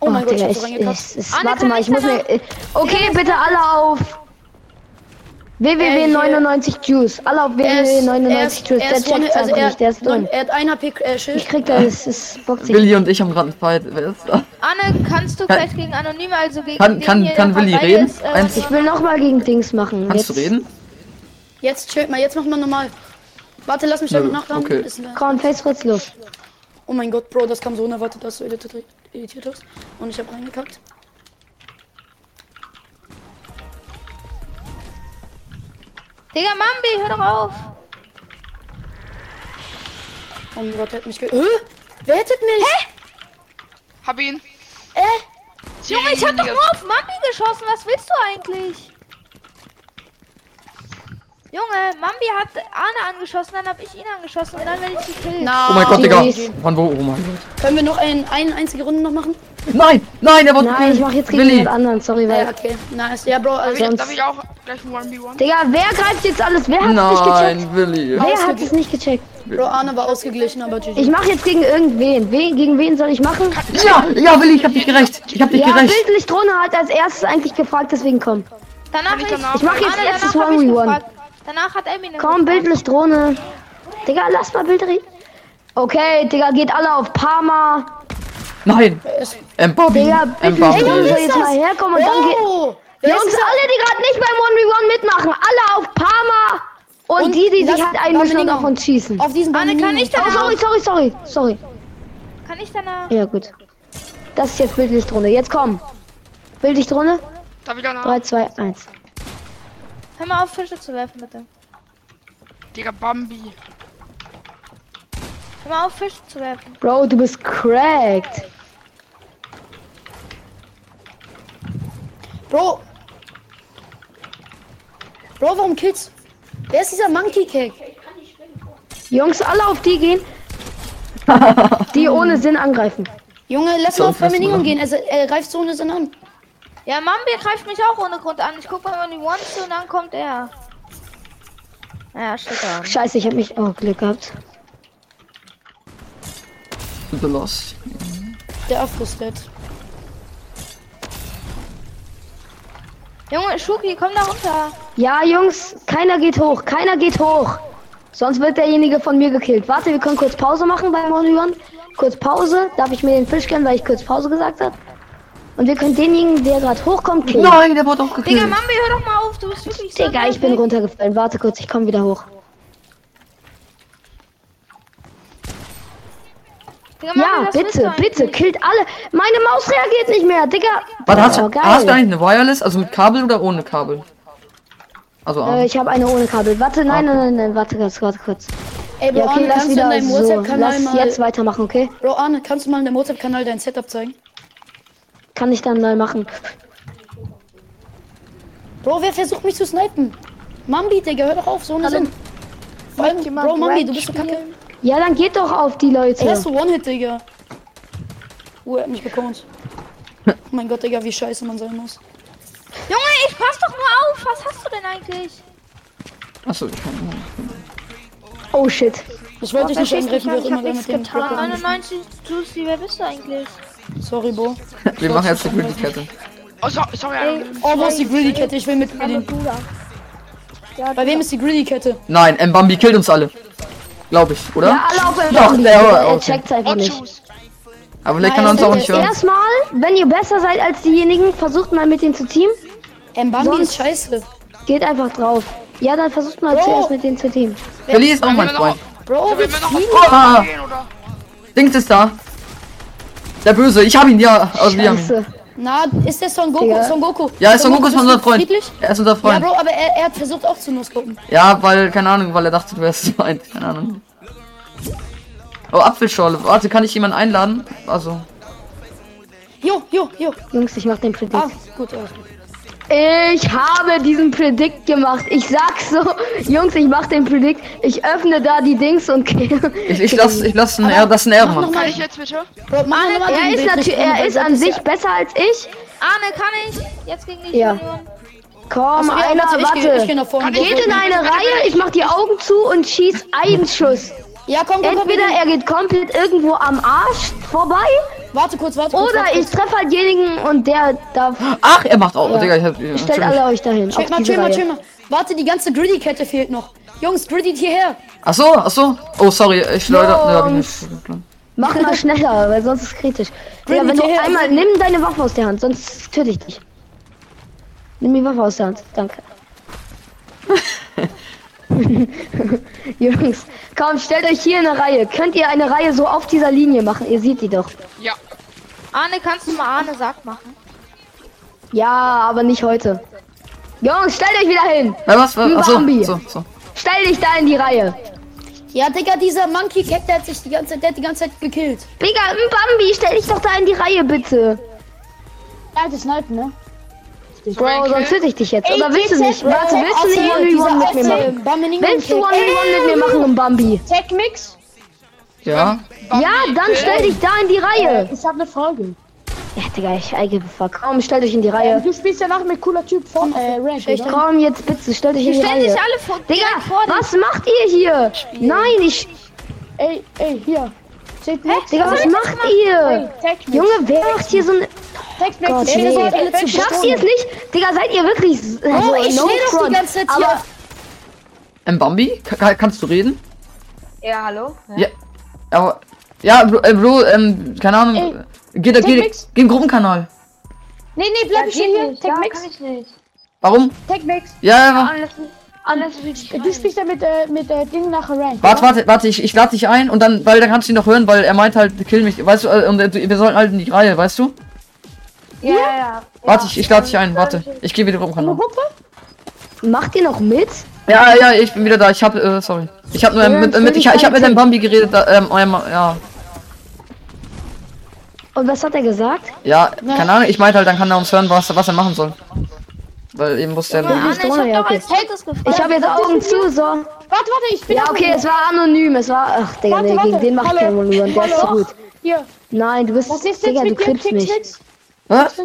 D: Oh mein
B: Oh,
D: Gott, ich
B: Digga,
D: hab
B: ich,
D: so
B: ich,
D: reingekackt.
B: es-
E: Anne,
B: warte
E: kann
B: mal,
E: ich
B: ich muss
E: da
B: mir. Okay, bitte alle auf. www99 Juice. Alle auf
D: Er ist- er
B: www99
D: ist-
B: Juice.
D: er
B: Äh, Der
D: ist one-
B: checkt's
D: also
B: einfach
D: er-
B: nicht, der ist dumm.
D: Er hat ein HP äh,
B: Ich
D: Schild.
B: krieg da, es, es bockt sich.
A: Willi und ich haben gerade einen Fight. Wer ist da?
E: Anne, kannst du
A: Kann-
E: vielleicht gegen Anonym, also gegen
A: Kann-
E: den
A: kann-
E: hier,
A: kann
E: der
A: Willi
E: dabei
A: reden?
E: Ist, äh,
A: Eins-
B: Ich will nochmal gegen Dings machen.
A: Kannst
B: jetzt.
A: du reden?
D: Jetzt chillt mal, jetzt machen wir normal. Warte, lass mich
A: Nö,
D: einfach nachladen.
A: okay.
D: Ist-
B: Komm, Face Fritz, los.
D: Oh mein Gott, Bro, das kam so unerwartet, dass du editiert editiert hast. Und ich habe reingekackt.
E: Digga, Mambi, hör doch auf.
D: Oh mein Gott, der hat mich ge... Hä? Wer hättet mich? Hä?
F: Hab ihn.
E: Äh?
F: Junge,
E: Ich hab doch nur auf Mambi geschossen. Was willst du eigentlich? Junge, Mambi hat Arne angeschossen, dann hab ich ihn angeschossen und dann werde ich gekillt.
D: Na,
A: Oh mein Gott, Digga.
B: Ah, Willi.
A: Von wo? Oh mein Gott.
D: Können wir noch ein, eine einzige Runde noch machen?
A: Nein! Nein, er wurde.
B: Nein, ich mach jetzt gegen Ah,
A: Willi.
B: jemand anderen, sorry,
D: Ja,
B: weil.
D: okay. Nice. Ja, Bro, also...
F: Darf ich,
B: sonst-
F: darf ich auch gleich ein 1v1?
B: Digga, wer greift jetzt alles? Wer hat's nicht gecheckt?
A: Nein, Willi.
B: Wer hat es nicht gecheckt?
D: Bro, Arne war ausgeglichen, aber GG.
B: Ich mach jetzt gegen irgendwen. Wen, gegen wen soll ich machen?
A: Ja, ja, Willi, ich hab dich gerecht. Ich hab dich
B: Ja,
A: gerecht.
B: bildlich Drohne hat als erstes eigentlich gefragt, deswegen komm.
E: Danach
F: Kann ich danach-
B: Ich mach jetzt
E: Arne,
B: erstes
E: danach hab ich
B: 1v1.
E: gefragt. Danach hat Eminem.
B: Komm, bildlich Drohne. Digga, lass mal Bildri. Okay, Digga, geht alle auf Parma.
A: Nein. Mbappé.
B: Digga, bildlich Drohne soll
A: Mbappé.
B: jetzt mal herkommen und dann geht.
D: Oh! Wer
B: Jungs,
D: ist das?
B: alle, die gerade nicht beim 1v1 mitmachen, alle auf Parma. Und,
D: Und
B: die, die sich
D: lass
B: halt einmischen und
D: Dominik
B: auf uns schießen.
D: Auf diesen
E: Arne, kann ich
B: Oh,
E: danach?
B: sorry, sorry, sorry, sorry.
E: Kann ich danach?
B: Ja, gut. Das ist jetzt bildlich Drohne. Jetzt komm. Bildlich Drohne.
F: Darf ich da nach?
B: 3, 2, 1.
E: Hör mal auf, Fische zu werfen, bitte.
F: Digga, Bambi.
E: Hör mal auf, Fische zu werfen.
B: Bro, du bist cracked.
D: Bro! Bro, warum kills? Wer ist dieser Monkey Cake?
B: Jungs, alle auf
A: [laughs]
B: die gehen. die ohne Sinn angreifen.
D: Junge, lass mal
A: Sonst
D: auf Femininum
A: was
D: gehen. Er, er greift so ohne Sinn an.
E: Ja, Mambi greift mich auch ohne Grund an. Ich guck mal, wenn die One zu und dann kommt er. Ja, steht da.
B: Scheiße, ich hab mich. Oh, Glück gehabt.
A: Super lost.
D: Der Afro-Stat.
E: Junge, Shuki, komm da runter.
B: Ja, Jungs, keiner geht hoch, keiner geht hoch. Sonst wird derjenige von mir gekillt. Warte, wir können kurz Pause machen beim Olivan. Kurz Pause. Darf ich mir den Fisch kennen, weil ich kurz Pause gesagt habe? Und wir können denjenigen, der gerade hochkommt, killen.
A: Nein, der wurde auch gekillt.
E: Digga, Mambi, hör doch mal auf. Du bist wirklich so.
B: Hm. Digga, ich bin runtergefallen. Warte kurz, ich komme wieder hoch.
E: Digga, Mambi,
B: Ja,
E: was willst du
B: bitte,
E: eigentlich?
B: bitte, killt alle. Meine Maus reagiert nicht mehr, Digga.
A: Warte, hast,
B: Oh,
A: du,
B: geil.
A: hast du eigentlich eine Wireless, also mit Kabel oder ohne Kabel? Also, ah.
B: Äh, ich habe eine ohne Kabel. Warte, nein, nein, nein, nein, warte kurz, warte kurz.
D: Ey, Bro,
B: Ja, okay,
D: Arne,
B: lass
D: kannst du in
B: wieder
D: deinem
B: so.
D: WhatsApp-Kanal
B: Lass
D: mal.
B: jetzt weitermachen, okay?
D: Bro, Arne, kannst du mal in deinem WhatsApp-Kanal dein Setup zeigen?
B: Kann ich dann neu machen.
D: Bro, wer versucht mich zu snipen? Mambi, Digga, hör doch auf, so ohne
G: Hallo.
D: Sinn. Vor allem,
G: jemand
D: Bro, Mambi,
G: Ranked
D: du bist so kacke.
B: Ja, dann geht doch auf die Leute.
D: Ey, hast du One-Hit, Digga. Oh, er hat mich bekommt.
G: [laughs]
D: Oh mein Gott, Digga, wie scheiße man sein muss.
E: Junge, ich pass doch nur auf. Was hast du denn eigentlich?
A: Achso, ich kann.
B: Oh shit.
D: Ich wollte dich nicht
G: verstehst
D: angreifen,
G: mich
D: wer auch
G: an, ich
D: immer
G: hab
D: da
G: nichts
D: mit dem
G: getan.
D: Block ist.
E: 99 Juicy, wer bist du eigentlich?
D: Sorry, Bro.
A: [laughs] Wir machen jetzt die Möglichkeit.
F: Oh, so,
B: Äh,
F: sorry, Anonym.
D: Oh, wo ist die Greedy-Kette? Ich will mit Greedy.
G: Hallo, Bruder. Ja,
D: Bei wem ist die Greedy-Kette?
A: Nein, Mbambi killt uns alle. Glaube ich, oder?
B: Ja, alle auf
A: Doch,
B: Airbnb.
A: ja,
B: Er
A: okay.
B: checkt's einfach
F: Oh,
B: nicht.
F: tschüss.
A: Aber vielleicht kann er uns auch nicht hören.
B: Erstmal, wenn ihr besser seid als diejenigen, versucht mal mit denen zu teamen.
D: Mbambi
B: Sonst-
D: ist scheiße.
B: Geht einfach drauf. Ja, dann versucht mal
D: Bro.
B: zuerst mit denen zu teamen.
A: Billy ist auch
F: Wenn
A: mein
F: wir noch,
A: Freund.
D: Bro, wir
F: wenn wir noch auf
A: Ah.
F: Portal gehen, oder?
A: Dings ist da. Der Böse, ich hab ihn, ja. Also, wir haben ihn.
B: Scheiße.
D: Na, ist der Son Goku?
B: Digga.
D: Son Goku.
A: Ja, ist doch Goku, ist
D: bist
A: unser
D: du
A: Freund.
D: Friedlich?
A: Er ist unser
D: Ja,
A: Freund.
D: Bro, aber er, er hat versucht auch zu nussgucken.
A: Ja, weil, keine Ahnung, weil er dachte, du wärst [laughs] Feind. Keine Ahnung. Oh, Apfelschorle. Warte, kann ich jemanden einladen? Also,
D: Jo, jo, jo.
B: Jungs, ich mach den Predict.
D: Ah, gut, alles gut.
B: Ich habe diesen Predict gemacht. Ich sag's so. [laughs] Jungs, ich mach den Predict. Ich öffne da die Dings und [laughs] kill.
A: ich, ich lass, ich lass einen, Ehr- das ist ein Ehrenmann.
F: Kann ich jetzt bitte?
D: Bro, mach nochmal
B: Ah, Er
D: den
B: ist
D: Bild
B: natürlich,
D: richtig an,
B: er
D: weil
B: ist
D: das
B: an
D: ja-
B: sich besser als ich.
E: Arne, kann ich? Jetzt gegen die
B: Ja.
E: Union.
B: Komm,
D: Ja,
B: einer,
D: warte, ich geh- Ich geh
B: warte.
D: nach vorne.
B: Geht in eine Reihe, ich mach die Augen zu und schieß einen Schuss.
D: Ja, komm, komm, komm.
B: Entweder
D: komm.
B: er geht komplett irgendwo am Arsch vorbei
D: Warte kurz, warte kurz.
B: oder
D: warte
B: ich
D: kurz.
B: treffe halt denjenigen und der darf.
A: Ach, er macht auch. Digga, ich hab. Ja,
B: Stellt
A: Entschuldigung.
B: alle euch dahin. Auf
D: Chill mal,
B: diese
D: chill mal, chill
B: Reihe.
D: mal. Warte, die ganze Greedy-Kette fehlt noch. Jungs, Greedy, hierher.
A: Ach so, ach so. Oh, sorry, ich Leute. Ne, hab ich
B: Jungs.
A: nicht.
B: Mach mal schneller, weil sonst ist kritisch.
D: Bring
B: Ja, wenn
D: die
B: du
D: her.
B: einmal nimm deine Waffe aus der Hand, sonst töte ich dich. Nimm die Waffe aus der Hand.
D: [laughs]
B: Danke. [laughs] Jungs, komm, stellt euch hier in eine Reihe. Könnt ihr eine Reihe so auf dieser Linie machen? Ihr seht die doch.
F: Ja.
E: Arne, kannst du mal Arne Sack machen?
B: Ja, aber nicht heute. Jungs, stellt euch wieder hin.
A: Na, was? was?
B: Ein
A: Ach so,
B: Bambi.
A: so, so.
B: Stell dich da in die Reihe.
D: Ja, Digga, dieser Monkey Cat, der hat sich die ganze Zeit, der hat die ganze Zeit gekillt.
B: Digga, ein Bambi, stell dich doch da in die Reihe, bitte.
D: Altes Snipe, ne?
B: Bro, sonst töte ich dich jetzt. Oder halt, willst du nicht?
G: Bro,
B: Warte, willst du nicht One-on-One mit mir machen? Willst du One-on-One mit mir machen, um Bambi?
G: Tech Mix?
A: Ja.
B: Ja, dann stell dich da in die Reihe.
G: Ich habe eine Frage.
B: Ja, Digga, ich I give a fuck. Komm, stell dich in die
C: Ähm,
B: Reihe.
G: Du spielst danach mit cooler Typ von äh, Rank, oder?
B: Komm, jetzt bitte, stell dich in die
E: Stell dich
B: Reihe.
E: alle vor,
B: Digga,
E: direkt vor dich.
B: was macht ihr hier? Nein, ich...
G: Ey, ey, hier. Tech Mix?
B: Digga, was macht ihr?
G: Tech Mix.
B: Junge, wer macht hier so ein...
G: Tech Mix.
B: Gott,
G: Ey, das
B: nee.
G: sind alle zu
B: Schafft
G: bestohlen.
B: ihr es nicht? Digga, seid ihr wirklich...
D: Oh,
B: also,
D: ich
B: no
D: steh doch die
B: front,
D: ganze Zeit
B: aber
D: hier.
A: Ähm, Bambi, ka- kannst du reden?
E: Ja, hallo?
A: Ja. Aber. Ja, Bro, äh, Bro ähm, keine Ahnung. Geh, da, geh,
G: Mix?
A: geh im Gruppenkanal.
G: Nee, nee, bleib ich
E: Geht
G: hier.
E: nicht,
G: Tech
E: ja,
G: Mix.
E: kann ich nicht.
A: Warum?
G: Tech Mix.
A: Ja, ja, wa-
E: Arne, lass mich, Arne, lass mich
G: Du spielst ja mit, äh, mit äh, Ding nach Rank.
A: warte, warte, warte, ich, ich lade dich ein und dann, weil dann kannst du ihn noch hören, weil er meint halt, kill mich, weißt du, äh, und äh, wir sollen halt in die Reihe, weißt du?
E: Ja, ja, ja.
A: Warte, ich, ich lade dich ein, warte. Ich gehe wieder rum, Kanal.
B: macht ihr noch mit?
A: Ja, ja, ich bin wieder da. Ich habe, äh, sorry. Ich habe nur ähm, mit, äh, mit, ich, ich habe mit dem Bambi geredet, da, ähm, eurem, ja,
B: Und was hat er gesagt?
A: ja, keine Ahnung. Ich meinte halt, dann kann er uns hören, was, was er machen soll. Weil eben muss der.
E: Junge, Anne,
B: bist
E: ich
B: dran,
E: hab
B: ja,
E: doch
B: okay.
E: als Held das gefragt.
B: Ich habe jetzt Augen zu, so.
C: Warte, warte, ich bin
B: Ja,
C: auf-
B: okay, es war anonym, es war. Ach, Digga,
C: Warte,
B: nee,
C: warte.
B: gegen den macht
C: Hallo.
B: kein Moluan, der ist zu
C: Hallo.
B: gut.
C: Hier.
B: Nein, du bist.
C: Was ist jetzt
B: Digga, du
C: mit dir,
B: klippst mich.
C: Knickknicks?
A: Was?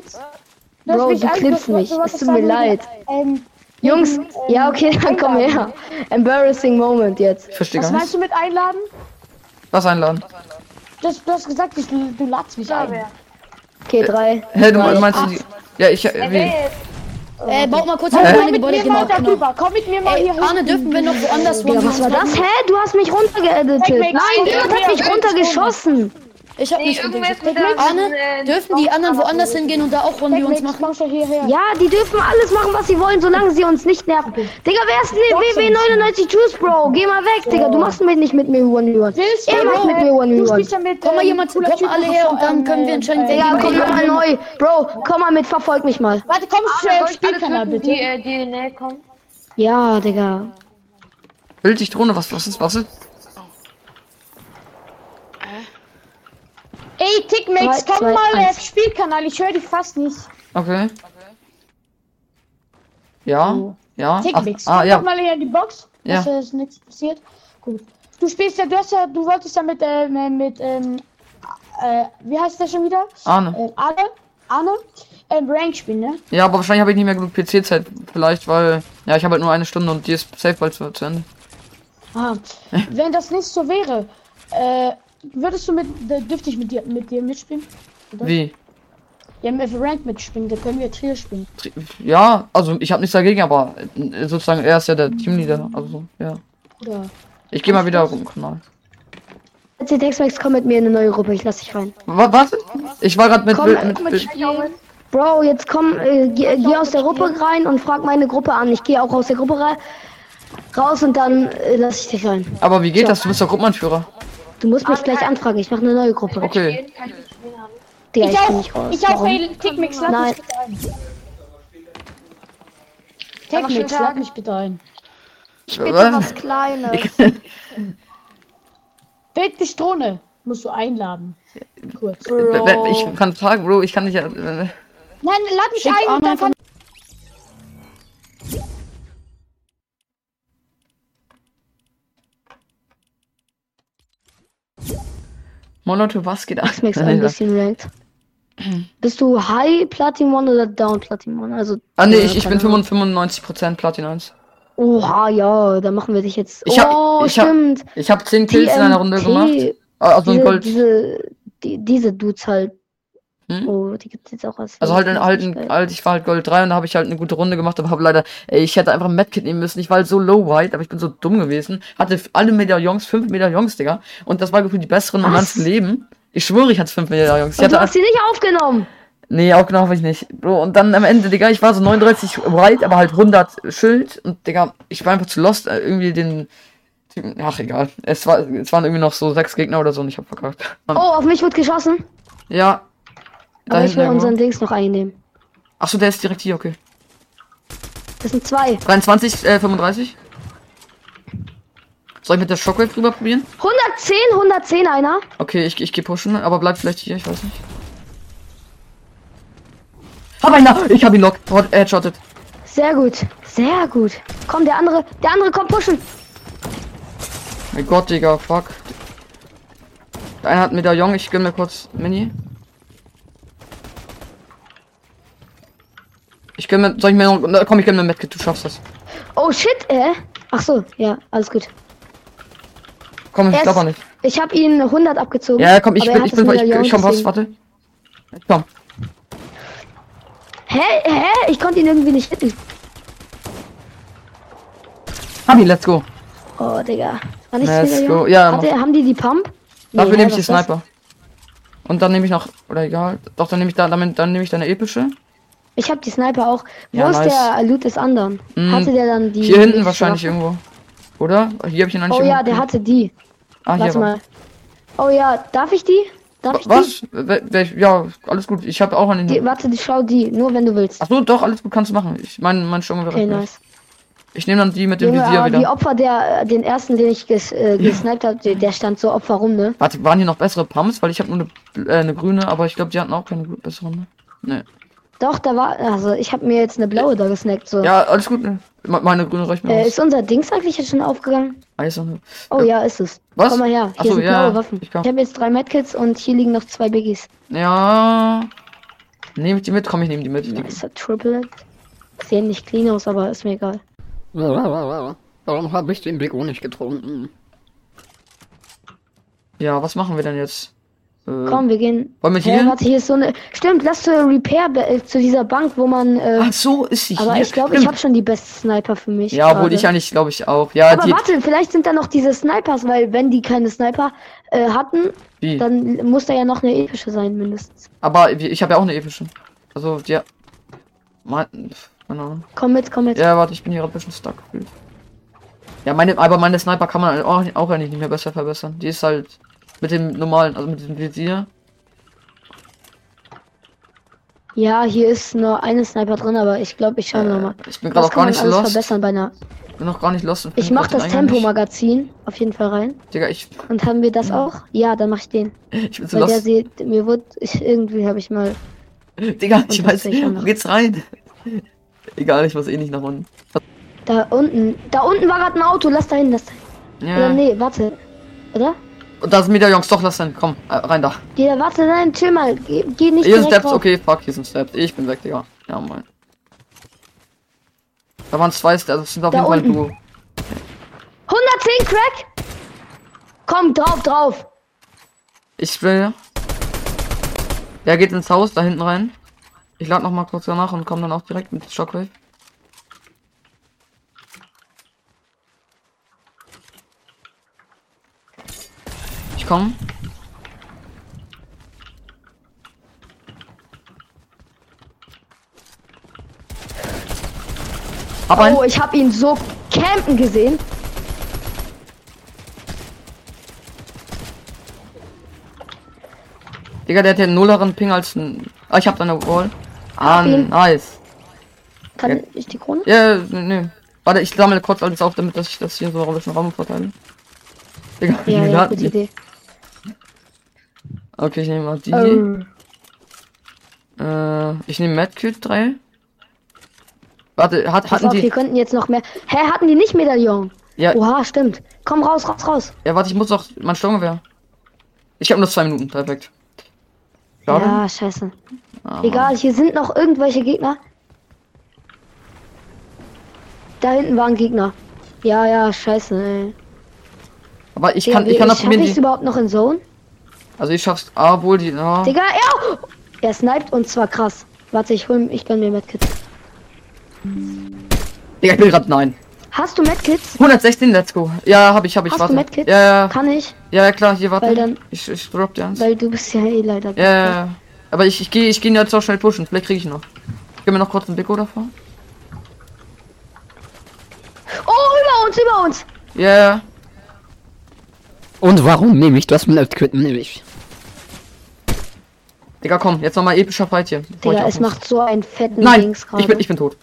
C: Lass
B: Bro,
C: mich
B: du
C: an,
B: klippst
C: du- du-
B: mich.
C: du-
B: Es
C: was
B: tut mir
C: sagen wir
B: leid.
C: dir? Ähm,
B: Jungs, ja, okay, dann komm her. Embarrassing Moment jetzt.
A: Ich verstehe
C: was
A: gar
C: meinst
A: nicht.
C: du mit einladen?
A: Was einladen?
C: Das, du hast gesagt, ich, du ladst mich ein.
B: Okay, drei.
A: Hä, du meinst du die. Ja, ich. äh, Wie?
D: Ey, baut Äh, mal kurz
A: Hä?
D: eine
C: Äh, Komm
D: kleine
C: mit mir
D: Gebäude
C: mal
D: ab. Genau.
C: darüber. Komm mit mir mal
D: Ey,
C: hier
D: Arne, dürfen wir noch woanders wo
B: Digga,
D: wir
B: was
D: uns
B: war das? Hä? Du hast mich runtergeeditet.
C: Weg, weg,
B: Nein,
C: weg,
B: der
C: weg,
B: hat mich
C: weg,
B: runtergeschossen.
D: Ich hab
E: Nee,
D: nicht
E: irgendwer ist
D: runtergeschickt.
E: mit der äh,
D: Arne, dürfen die anderen woanders hingehen und da auch Runde uns
C: Technics,
D: machen?
C: komm schon hierher.
B: Ja, die dürfen alles machen, was sie wollen, solange sie uns nicht nerven. Digga, wer ist denn der WW99 Juice, Bro? Geh mal weg, Digga. Du machst mit nicht mit mir 1v1.
C: Willst
B: Ihr macht mit mir
C: du
B: 1v1.
C: spielst ja mit.
D: Komm mal
C: ähm,
D: jemand,
C: cooler
D: kommt
C: Typ,
D: alle
C: du
D: her
C: bist
D: und
C: so,
D: dann
C: ähm,
D: können wir entscheiden, wer
B: Digga,
D: die
B: komm
D: beiden-
B: mal neu. Bro, komm mal mit, verfolg mich mal.
C: Warte, komm,
E: Soll
C: äh,
E: ich alle
C: spiel keiner,
E: töten,
C: bitte.
E: die, äh, die in die Nähe kommen?
B: Ja, Digga.
A: Bild dich Drohne, was, was ist, was ist?
C: Ey, Tickmix,
B: Drei,
C: komm
B: zwei,
C: mal
B: eins.
C: auf Spielkanal, ich höre dich fast nicht.
A: Okay. Ja,
B: Oh.
A: ja. Ach,
C: Tickmix,
A: ah,
C: komm
A: ja.
C: doch mal hier in die Box,
A: Ja.
C: dass es nichts passiert. Gut. Du spielst ja, du hast ja, du wolltest ja mit, ähm, äh, mit, ähm, äh, wie heißt der schon wieder?
A: Ahne.
C: Ähm, Arne, Arne, ähm, Rank spielen, ne?
A: ne. Ja, aber wahrscheinlich habe ich nicht mehr genug PC-Zeit. Vielleicht, weil. Ja, ich habe halt nur eine Stunde und die ist safe bald zu zu Ende.
C: Ah, wenn das nicht so wäre, äh, würdest du mit, d- dürfte ich mit dir, mit dir mitspielen?
A: Wie?
C: Ja, mit Rank mitspielen, da können wir Trio spielen.
A: Tri- Ja, also ich habe nichts dagegen, aber äh, sozusagen er ist ja der Teamleader. Also, ja.
C: Oder,
A: Ich gehe mal wieder rum, Kanal.
B: Erzähl Tex-Mex, komm mit mir in eine neue Gruppe, ich lass dich rein.
A: Wa- Was? Ich war gerade mit,
B: Komm,
A: Bild- mit, mit
B: Bro, jetzt komm, äh, geh, geh aus der Gruppe rein und frag meine Gruppe an. Ich gehe auch aus der Gruppe rein, raus und dann äh, lass ich dich rein.
A: Aber wie geht das? Du bist doch Gruppenanführer.
B: Du musst
C: Ah,
B: mich gleich anfragen, ich mache eine neue Gruppe.
A: Okay.
B: Digga,
C: ich,
B: ich bin
C: auch,
B: nicht raus.
C: ich auch,
B: Warum?
C: ey, Tickmix, lad
B: Nein.
C: mich bitte ein. Tickmix, lad mich bitte ein.
A: Äh,
G: Bitte was Kleines.
C: Bild die Drohne musst du einladen. Kurz.
A: Ich kann fragen, Bro, ich kann nicht. äh,
C: Nein, lad mich ein und dann kann
A: Molotov, was geht ab? [laughs]
B: Tex-Mex ein bisschen ranked. Bist du High Platin 1 oder Down Platin 1? Also,
A: Ah, nee, ich, ich bin 95% Platin 1.
B: oha, ja, dann machen wir dich jetzt.
A: Ich hab-
B: oh,
A: ich hab
B: stimmt.
A: Ich habe 10 Kills in einer Runde
B: TMT.
A: gemacht. Ah, Also ein
B: Diese,
A: Gold.
B: diese, die, diese Dudes halt.
A: Hm?
B: Oh, die gibt's jetzt auch als.
A: Also halt,
B: Videos,
A: halt,
B: nicht geil.
A: halt, ich war halt Gold 3 und da habe ich halt eine gute Runde gemacht, aber habe leider, ey, ich hätte einfach ein Medkit nehmen müssen. Ich war halt so low wide, aber ich bin so dumm gewesen. Hatte f- alle Medaillons, fünf Medaillons, Digga. Und das war gefühlt die besseren im
B: Was?
A: ganzen Leben. Ich schwöre, ich hatte fünf Medaillons. Ich
B: Und
A: hatte,
B: du hast sie nicht aufgenommen.
A: nee, auch genau habe ich nicht. Bro, und dann am Ende, Digga, ich war so 39 wide, aber halt 100 Schild. Und Digga, ich war einfach zu lost, äh, irgendwie den Typen, ach egal. Es, war, es waren irgendwie noch so sechs Gegner oder so und ich habe verkackt.
B: Oh, auf mich wird geschossen.
A: Ja. Da
B: Aber ich
A: hinten
B: will
A: irgendwo.
B: unseren Dings noch einnehmen.
A: Achso, der ist direkt hier, okay.
B: Das sind zwei.
A: 23, äh, 35. Soll ich mit der Shockwave drüber probieren?
B: 110, 110 einer.
A: Okay, ich, ich geh pushen, aber bleib vielleicht hier, ich weiß nicht. Hab einer! Ich hab ihn lock. Hot- Headshotted.
B: Sehr gut. Sehr gut. Komm, der andere. Der andere kommt pushen.
A: Mein Gott, Digga, fuck. Der eine hat Medaillon, ich gönn mir kurz Mini. Ich gönn mir, soll ich mir noch, na, komm, ich gönn mir Medkit, du schaffst das.
B: Oh shit, äh. Ach so, ja, alles gut.
A: Komm, ich
B: Er
A: glaube
B: ist-
A: nicht.
B: Ich habe ihn 100 abgezogen.
A: Ja, komm, ich
B: aber er
A: bin,
B: hat
A: ich
B: das
A: bin, ich,
B: Medaillon,
A: ich komm, was,
B: deswegen.
A: warte. Ich komm.
B: Hä, hä? Ich konnte ihn irgendwie nicht hitten.
A: Hab ihn, let's go.
B: Oh, Digga. War nichts
A: Let's
B: Medaillon?
A: go. Ja,
B: Hat er, haben die die Pump?
A: Dafür
B: Nee,
A: nehme ich
B: hä,
A: die
B: was ist das?
A: Sniper. Und dann nehme ich noch, oder egal, doch, dann nehme ich da, damit, dann nehme ich deine epische.
B: Ich habe die Sniper auch. Wo
A: Ja,
B: ist
A: nice.
B: der Loot des anderen?
A: Mm,
B: Hatte der dann die?
A: Hier hinten
B: die-
A: wahrscheinlich irgendwo. Oder? Hier habe ich ihn noch nicht
B: Oh ja,
A: irgendwo-
B: der hatte die.
A: Ah, hier
B: Warte
A: war.
B: mal. Oh ja, darf ich die? Darf ich
A: Was? Wel- wel- Ja, alles gut. Ich habe auch an
B: Die? die?
A: den.
B: Warte, die schau die. Nur wenn du willst.
A: Achso, doch, alles gut, kannst du machen. Ich meine, mein Schirm wäre.
B: Okay,
A: recht gut.
B: nice.
A: Ich nehme dann die mit dem
B: Junge,
A: Visier
B: aber die
A: wieder.
B: Opfer, der, äh, den ersten, den ich ges, äh, gesniped habe, der, der stand so Opfer rum, ne?
A: Warte, waren hier noch bessere Pumps? Weil ich habe nur eine, bl- äh, eine grüne, aber ich glaube, die hatten auch keine gr- bessere. Ne?
B: Doch, da war. Also, ich habe mir jetzt eine blaue da gesnackt. So.
A: Ja, alles gut. ne? Me- Meine grüne reicht mir
B: Äh,
A: aus.
B: ist unser Dings eigentlich jetzt schon aufgegangen?
A: Eis noch nicht.
B: Oh
A: Ja.
B: ja, ist es.
A: Was?
B: Komm mal her.
A: Ach
B: Hier
A: so,
B: sind
A: ja,
B: blaue
A: ja.
B: Waffen.
A: Ich
B: Ich,
A: komm.
B: habe jetzt drei Medkits und hier liegen noch zwei Biggies.
A: Ja. Nehme ich die mit? Komm, ich nehme die mit. Die,
B: Nice Triple. Sehen nicht clean aus, aber ist mir egal.
H: Warum habe ich den Blick auch nicht getrunken?
A: ja, was machen wir denn jetzt? Äh,
B: Komm, wir gehen.
A: Wollen wir
B: Hä,
A: hier?
B: warte, hier ist so eine. Stimmt, lass zur Repair ba- äh, zu dieser Bank, wo man. Äh,
A: Ach so, ist sie
B: aber
A: hier.
B: ich glaube, ich
A: Stimmt.
B: habe schon die beste Sniper für mich.
A: Ja, obwohl
B: gerade.
A: ich eigentlich, glaube ich, auch. Ja,
B: Aber
A: die.
B: warte, vielleicht sind da noch diese Snipers, weil wenn die keine Sniper äh, hatten,
A: Wie?
B: dann muss da ja noch eine epische sein, mindestens.
A: Aber wir- ich habe ja auch eine epische. Also, die. Mann, pf, keine Ahnung.
B: Komm mit, komm mit.
A: Ja, warte, ich bin hier gerade ein bisschen stuck. gefühlt. Ja, meine, aber meine Sniper kann man auch, auch eigentlich nicht mehr besser verbessern. Die ist halt mit dem normalen, also mit dem Visier.
B: Ja, hier ist nur eine Sniper drin, aber ich glaube, ich schaue nochmal.
A: Äh, Ich bin gerade
B: Was
A: auch gar
B: kann man
A: nicht so
B: alles
A: lost.
B: verbessern bei einer.
A: Bin noch gar nicht lost. und
B: Ich
A: bin
B: mach
A: grad
B: das
A: den Eingang nicht-
B: Tempo-Magazin auf jeden Fall rein.
A: Digga, ich,
B: Und haben wir das auch? Ja, dann mach ich den.
A: ich bin Hm. so
B: Weil der
A: lost.
B: sieht, mir wurde, ich, irgendwie habe ich mal.
A: Digga, ich
B: das
A: weiß
B: will ich auch
A: nicht, wo
B: noch.
A: geht's rein? [laughs] Egal, ich muss eh nicht nach unten.
B: Da unten, da unten war gerade ein Auto, lass da hin, lass da hin.
A: Ja.
B: Oder nee, warte. Oder?
A: Und da sind Medaillons, doch, lass dann, komm, äh, rein da.
B: Ja, warte, nein, chill mal, geh, geh nicht
A: Hier sind
B: direkt
A: Steps,
B: drauf.
A: okay, fuck, hier sind Steps. Ich bin weg, Digga. Ja, moin. Da waren zwei Steps, das sind auf
B: Da
A: jeden Fall ein
B: unten.
A: Duo.
B: 110 Crack! Komm, drauf, drauf!
A: Ich will. Der geht ins Haus, da hinten rein. Ich lade noch mal kurz danach und komme dann auch direkt mit Shockwave. Ich komme. Hab einen.
B: Oh, ich hab ihn so campen gesehen.
A: Digga, der hat ja einen nulleren Ping als ein. Ah, ich hab da eine Wall. Ah,
B: ihn.
A: nice.
B: Kann
A: Ja.
B: ich die Krone?
A: Ja, nee, nee. Warte, ich sammle kurz alles auf, damit dass ich das hier so ein bisschen Raum verteile. Digga, [laughs]
B: Ja,
A: die
B: ja,
A: Laden-
B: gute Idee.
A: Okay, ich nehme mal die.
B: Ähm, Oh.
A: Äh, ich nehme Medkit 3. Warte, hat,
B: pass
A: hatten
B: auf, wir
A: die.
B: könnten jetzt noch mehr. Hä, hatten die nicht Medaillon?
A: Ja,
B: Oha, stimmt. Komm raus, raus, raus.
A: ja, warte, ich muss noch. Mein Sturmgewehr. Ich habe nur zwei Minuten, perfekt. Schade.
B: Ja, scheiße.
A: Ah,
B: Egal, hier sind noch irgendwelche Gegner. Da hinten waren Gegner. Ja, ja, scheiße. Ey.
A: Aber ich kann, ich kann noch
B: schaff
A: probieren.
B: ich's
A: Die,
B: überhaupt noch in Zone?
A: also ich schaff's. Ah, wohl die. Ja.
B: Digga, ja. Er sniped und zwar krass. Warte, ich hol, ich gönn mir Medkits.
A: Digga, ich bin grad nein.
B: Hast du Medkits?
A: 116, let's go. Ja, hab ich, hab ich.
B: Hast
A: warte.
B: du Medkit?
A: Ja, ja,
B: Kann ich,
A: ja, ja, klar, hier, warte.
B: Weil dann-
A: ich, ich drop dir eins.
B: weil du bist ja eh leider.
A: Ja, ja, ja. Aber ich, ich gehe ich geh ihn jetzt auch schnell pushen. Vielleicht kriege ich ihn noch. Gib mir noch kurz einen Blick oder vor.
B: Oh, über uns, über uns.
A: Ja, yeah.
H: Und warum nehme ich das Medkit? Nehme ich.
A: Digga, komm, jetzt nochmal epischer Fight hier. bevor ich
B: Digga, es
A: aufhöre.
B: macht so einen fetten
A: Nein,
B: Dings
A: ich
B: gerade.
A: bin, ich bin tot.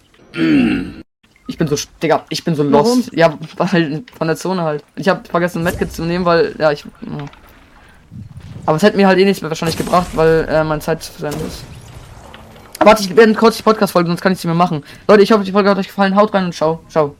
A: Ich bin so, sch- Digga, ich bin so lost. Ja, weil, von der Zone halt. Ich habe vergessen, ein Medkit zu nehmen, weil, ja, ich. Ja. Aber es hätte mir halt eh nichts mehr wahrscheinlich gebracht, weil äh, meine Zeit zu versenden ist. Warte, ich werde kurz die Podcast-Folge, sonst kann ich sie mehr machen. Leute, ich hoffe, die Folge hat euch gefallen. Haut rein und ciao. Ciao.